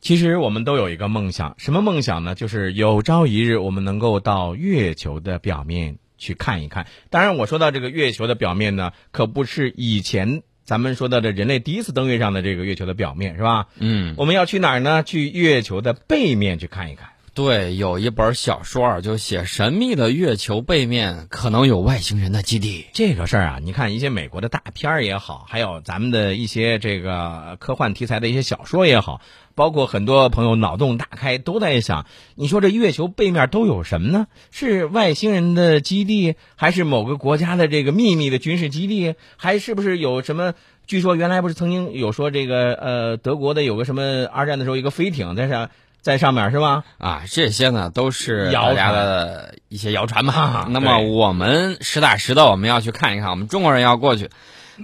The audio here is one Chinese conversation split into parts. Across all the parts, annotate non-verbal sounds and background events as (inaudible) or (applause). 其实我们都有一个梦想，什么梦想呢？就是有朝一日我们能够到月球的表面去看一看。当然，我说到这个月球的表面呢，可不是以前咱们说到的人类第一次登月上的这个月球的表面，是吧？嗯，我们要去哪儿呢？去月球的背面去看一看。对，有一本小说儿就写神秘的月球背面可能有外星人的基地。这个事儿啊，你看一些美国的大片儿也好，还有咱们的一些这个科幻题材的一些小说也好，包括很多朋友脑洞大开，都在想，你说这月球背面都有什么呢？是外星人的基地，还是某个国家的这个秘密的军事基地，还是不是有什么？据说原来不是曾经有说这个呃，德国的有个什么二战的时候一个飞艇在上在上面是吧？啊，这些呢都是谣大传家的一些谣传吧。啊那么对我们实打实的，我们要去看一看，我们中国人要过去。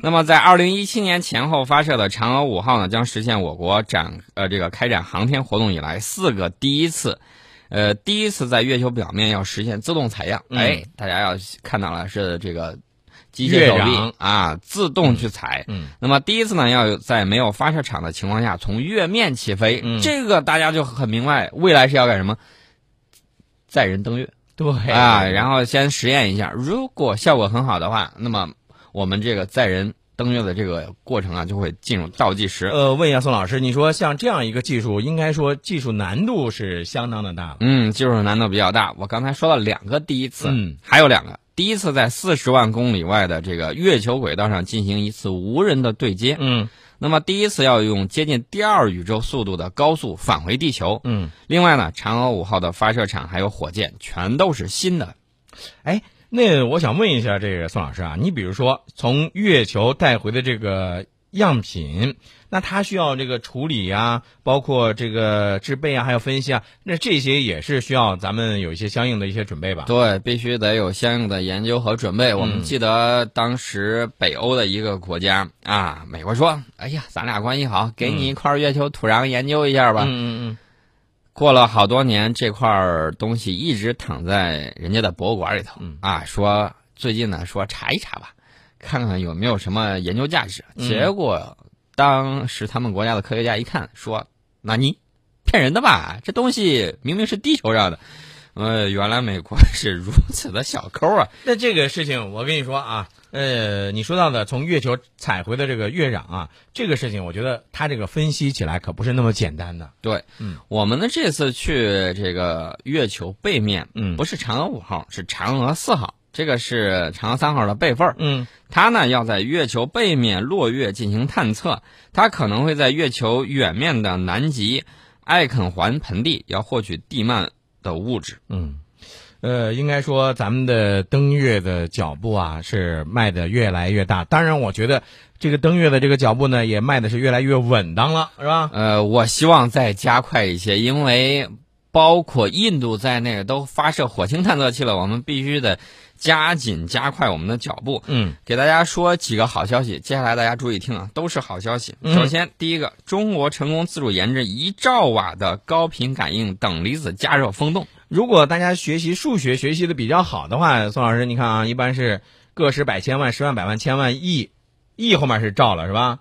那么在二零一七年前后发射的嫦娥五号呢，将实现我国展呃这个开展航天活动以来四个第一次。呃，第一次在月球表面要实现自动采样，嗯哎，大家要看到了是这个机月械手壤臂啊，自动去采。嗯，那么第一次呢，要有在没有发射场的情况下从月面起飞，嗯这个大家就很明白，未来是要干什么？载人登月对啊，然后先实验一下，如果效果很好的话，那么我们这个载人登月的这个过程啊，就会进入倒计时。呃，问一下宋老师，你说像这样一个技术，应该说技术难度是相当的大了。嗯，技术难度比较大。我刚才说了两个第一次，嗯还有两个。第一次在四十万公里外的这个月球轨道上进行一次无人的对接，嗯那么第一次要用接近第二宇宙速度的高速返回地球。嗯，另外呢，嫦娥五号的发射场还有火箭，全都是新的。哎，那我想问一下这个宋老师啊，你比如说从月球带回的这个样品，那它需要这个处理啊，包括这个制备啊，还有分析啊，那这些也是需要咱们有一些相应的一些准备吧？对，必须得有相应的研究和准备。我们记得当时北欧的一个国家啊，美国说：“哎呀，咱俩关系好，给你一块月球土壤研究一下吧。嗯嗯过了好多年，这块儿东西一直躺在人家的博物馆里头、嗯啊。说最近呢，说查一查吧，看看有没有什么研究价值。嗯结果当时他们国家的科学家一看，说：“纳尼，骗人的吧？这东西明明是地球上的。”呃，原来美国是如此的小抠啊！嗯。那这个事情，我跟你说啊。呃，你说到的从月球采回的这个月壤啊，这个事情，我觉得它这个分析起来可不是那么简单的。我们呢这次去这个月球背面，嗯不是嫦娥五号，是嫦娥四号，这个是嫦娥三号的备份儿。嗯它呢要在月球背面落月进行探测，它可能会在月球远面的南极艾肯环盆地要获取地幔的物质。嗯，呃，应该说咱们的登月的脚步啊，是迈得越来越大。当然，我觉得这个登月的这个脚步呢，也迈的是越来越稳当了，是吧？呃，我希望再加快一些，因为包括印度在内都发射火星探测器了，我们必须得加紧加快我们的脚步。嗯给大家说几个好消息，接下来大家注意听啊，都是好消息。嗯首先，第一个，中国成功自主研制一兆瓦的高频感应等离子加热风洞。如果大家学习数学学习的比较好的话，宋老师，你看啊，一般是个十百千万十万百万千万亿，亿后面是兆了，是吧？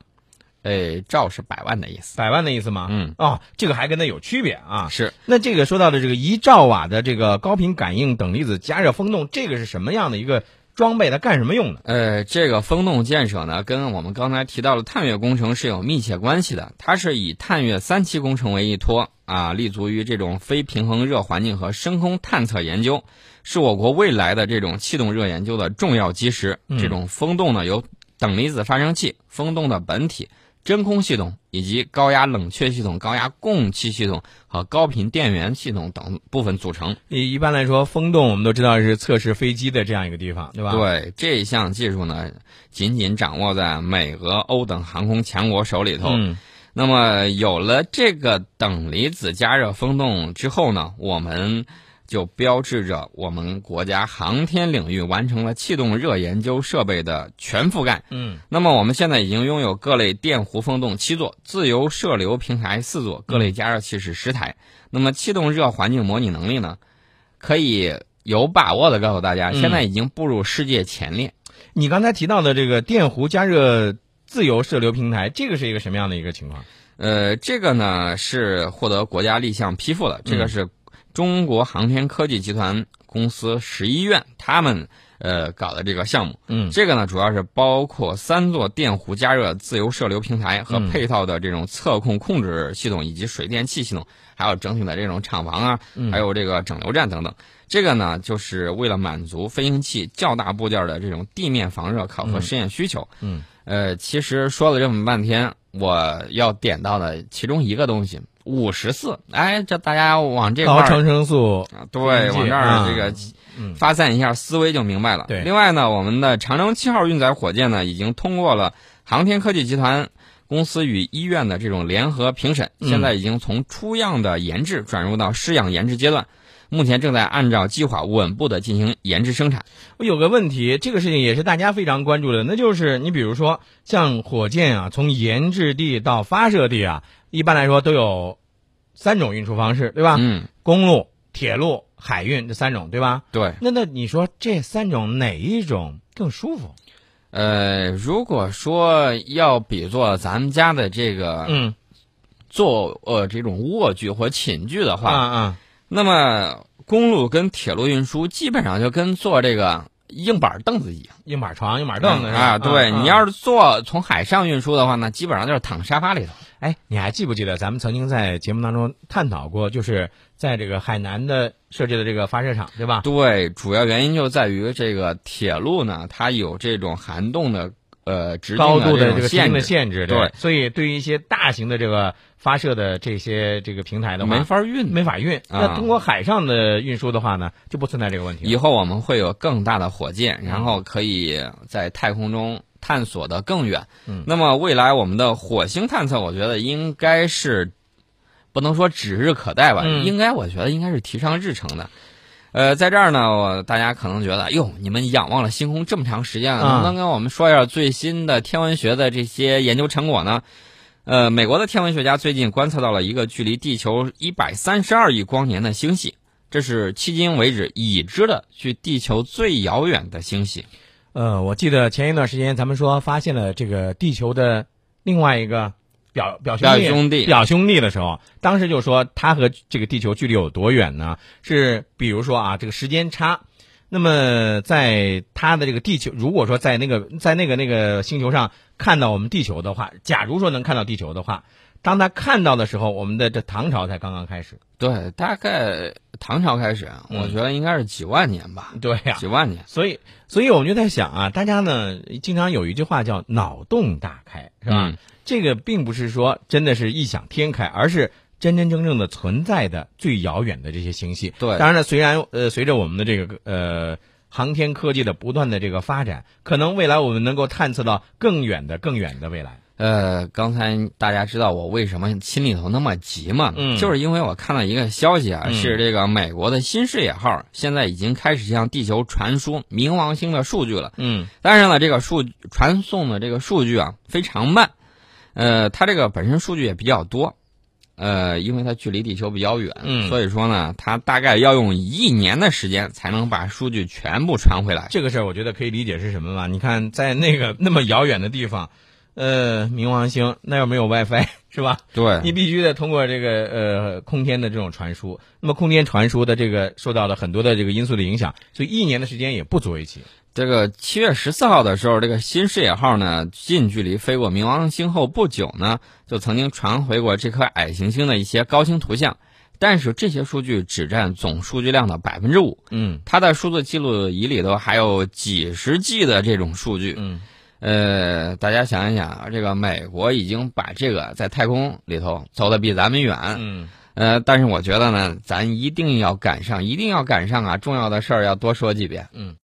哎，兆是百万的意思。百万的意思吗？嗯，哦，这个还跟它有区别啊。是那这个说到的这个一兆瓦的这个高频感应等离子加热风洞，这个是什么样的一个装备？它干什么用的？呃，这个风洞建设呢，跟我们刚才提到的探月工程是有密切关系的。它是以探月三期工程为依托啊，立足于这种非平衡热环境和深空探测研究，是我国未来的这种气动热研究的重要基石。嗯这种风洞呢，由等离子发生器、风洞的本体、真空系统以及高压冷却系统、高压供气系统和高频电源系统等部分组成。一一般来说，风洞我们都知道是测试飞机的这样一个地方，对吧？。对这项技术呢，仅仅掌握在美、俄、欧等航空强国手里头。嗯，那么有了这个等离子加热风洞之后呢，我们就标志着我们国家航天领域完成了气动热研究设备的全覆盖。嗯那么我们现在已经拥有各类电弧风洞七座、自由射流平台四座、各类加热器是十台。那么气动热环境模拟能力呢，可以有把握的告诉大家，嗯现在已经步入世界前列。你刚才提到的这个电弧加热自由射流平台，这个是一个什么样的一个情况？呃，这个呢是获得国家立项批复的，这个是中国航天科技集团公司十一院他们呃搞的这个项目。嗯这个呢，主要是包括三座电弧加热自由射流平台嗯和配套的这种测控控制系统，以及水电气系统，还有整体的这种厂房啊，嗯还有这个整流站等等。这个呢，就是为了满足飞行器较大部件的这种地面防热考核实验需求。嗯呃，其实说了这么半天，我要点到的其中一个东西，五十四。哎，这大家往这块高儿长生素，啊，经对，济往这儿啊这个嗯发散一下思维就明白了。对另外呢，我们的长征七号运载火箭呢，已经通过了航天科技集团公司与医院的这种联合评审，嗯现在已经从初样的研制转入到试样研制阶段，目前正在按照计划稳步的进行研制生产。我有个问题，这个事情也是大家非常关注的，那就是你比如说像火箭啊，从研制地到发射地啊，一般来说都有三种运输方式，对吧？嗯，公路、铁路、海运这三种，对吧？对。那那你说这三种哪一种更舒服？呃，如果说要比作咱们家的这个嗯做呃这种卧具或寝具的啊话，啊，那么公路跟铁路运输基本上就跟坐这个硬板凳子一样，硬板床、硬板凳子是吧啊。对啊你要是坐从海上运输的话，那基本上就是躺沙发里头。哎，你还记不记得咱们曾经在节目当中探讨过，就是在这个海南的设计的这个发射场，对吧？对，主要原因就在于这个铁路呢，它有这种涵洞的呃直径高度的的这种个行限的制，限制，对所以对于一些大型的这个发射的这些这个平台的话，没法啊运。没法运。那通过海上的运输的话呢，就不存在这个问题以了。嗯后我们会有更大的火箭，然后可以在太空中探索的更远。嗯那么未来我们的火星探测，我觉得应该是不能说指日可待吧，嗯应该我觉得应该是提上日程的。呃，在这儿呢，我大家可能觉得，哟，你们仰望了星空这么长时间了，啊能不能跟我们说一下最新的天文学的这些研究成果呢？呃，美国的天文学家最近观测到了一个距离地球一百三十二亿光年的星系，这是迄今为止已知的距地球最遥远的星系。呃，我记得前一段时间咱们说发现了这个地球的另外一个表表兄表弟。兄弟，表兄弟的时候，当时就说他和这个地球距离有多远呢？是比如说啊，这个时间差。那么在他的这个地球，如果说在那个在那个那个星球上看到我们地球的话，假如说能看到地球的话，当他看到的时候，我们的这唐朝才刚刚开始。 (laughs) 对，大概唐朝开始啊，嗯我觉得应该是几万年吧，对呀、几万年。所以所以我们就在想啊，大家呢经常有一句话叫脑洞大开，是吧？嗯这个并不是说真的是异想天开，而是真真正正的存在的最遥远的这些星系。对当然了，虽然呃，随着我们的这个呃航天科技的不断的这个发展，可能未来我们能够探测到更远的、更远的未来。呃，刚才大家知道我为什么心里头那么急吗？嗯就是因为我看到一个消息啊，嗯是这个美国的新视野号现在已经开始向地球传输冥王星的数据了。嗯当然了，这个数传送的这个数据啊非常慢，呃，它这个本身数据也比较多，呃，因为它距离地球比较远，嗯所以说呢，它大概要用一年的时间才能把数据全部传回来。这个事儿我觉得可以理解是什么吧？你看，在那个那么遥远的地方，呃，冥王星那又没有 WiFi 是吧？对，你必须得通过这个呃空间的这种传输，那么空间传输的这个受到了很多的这个因素的影响，所以一年的时间也不足为奇。这个七月十四号的时候，这个新视野号呢近距离飞过冥王星后不久呢，就曾经传回过这颗矮行星的一些高清图像，但是这些数据只占总数据量的百分之五。嗯它的数字记录仪里头还有几十 G 的这种数据。嗯，呃，大家想一想啊，这个美国已经把这个在太空里头走得比咱们远。嗯，呃，但是我觉得呢，咱一定要赶上，一定要赶上啊！重要的事儿要多说几遍。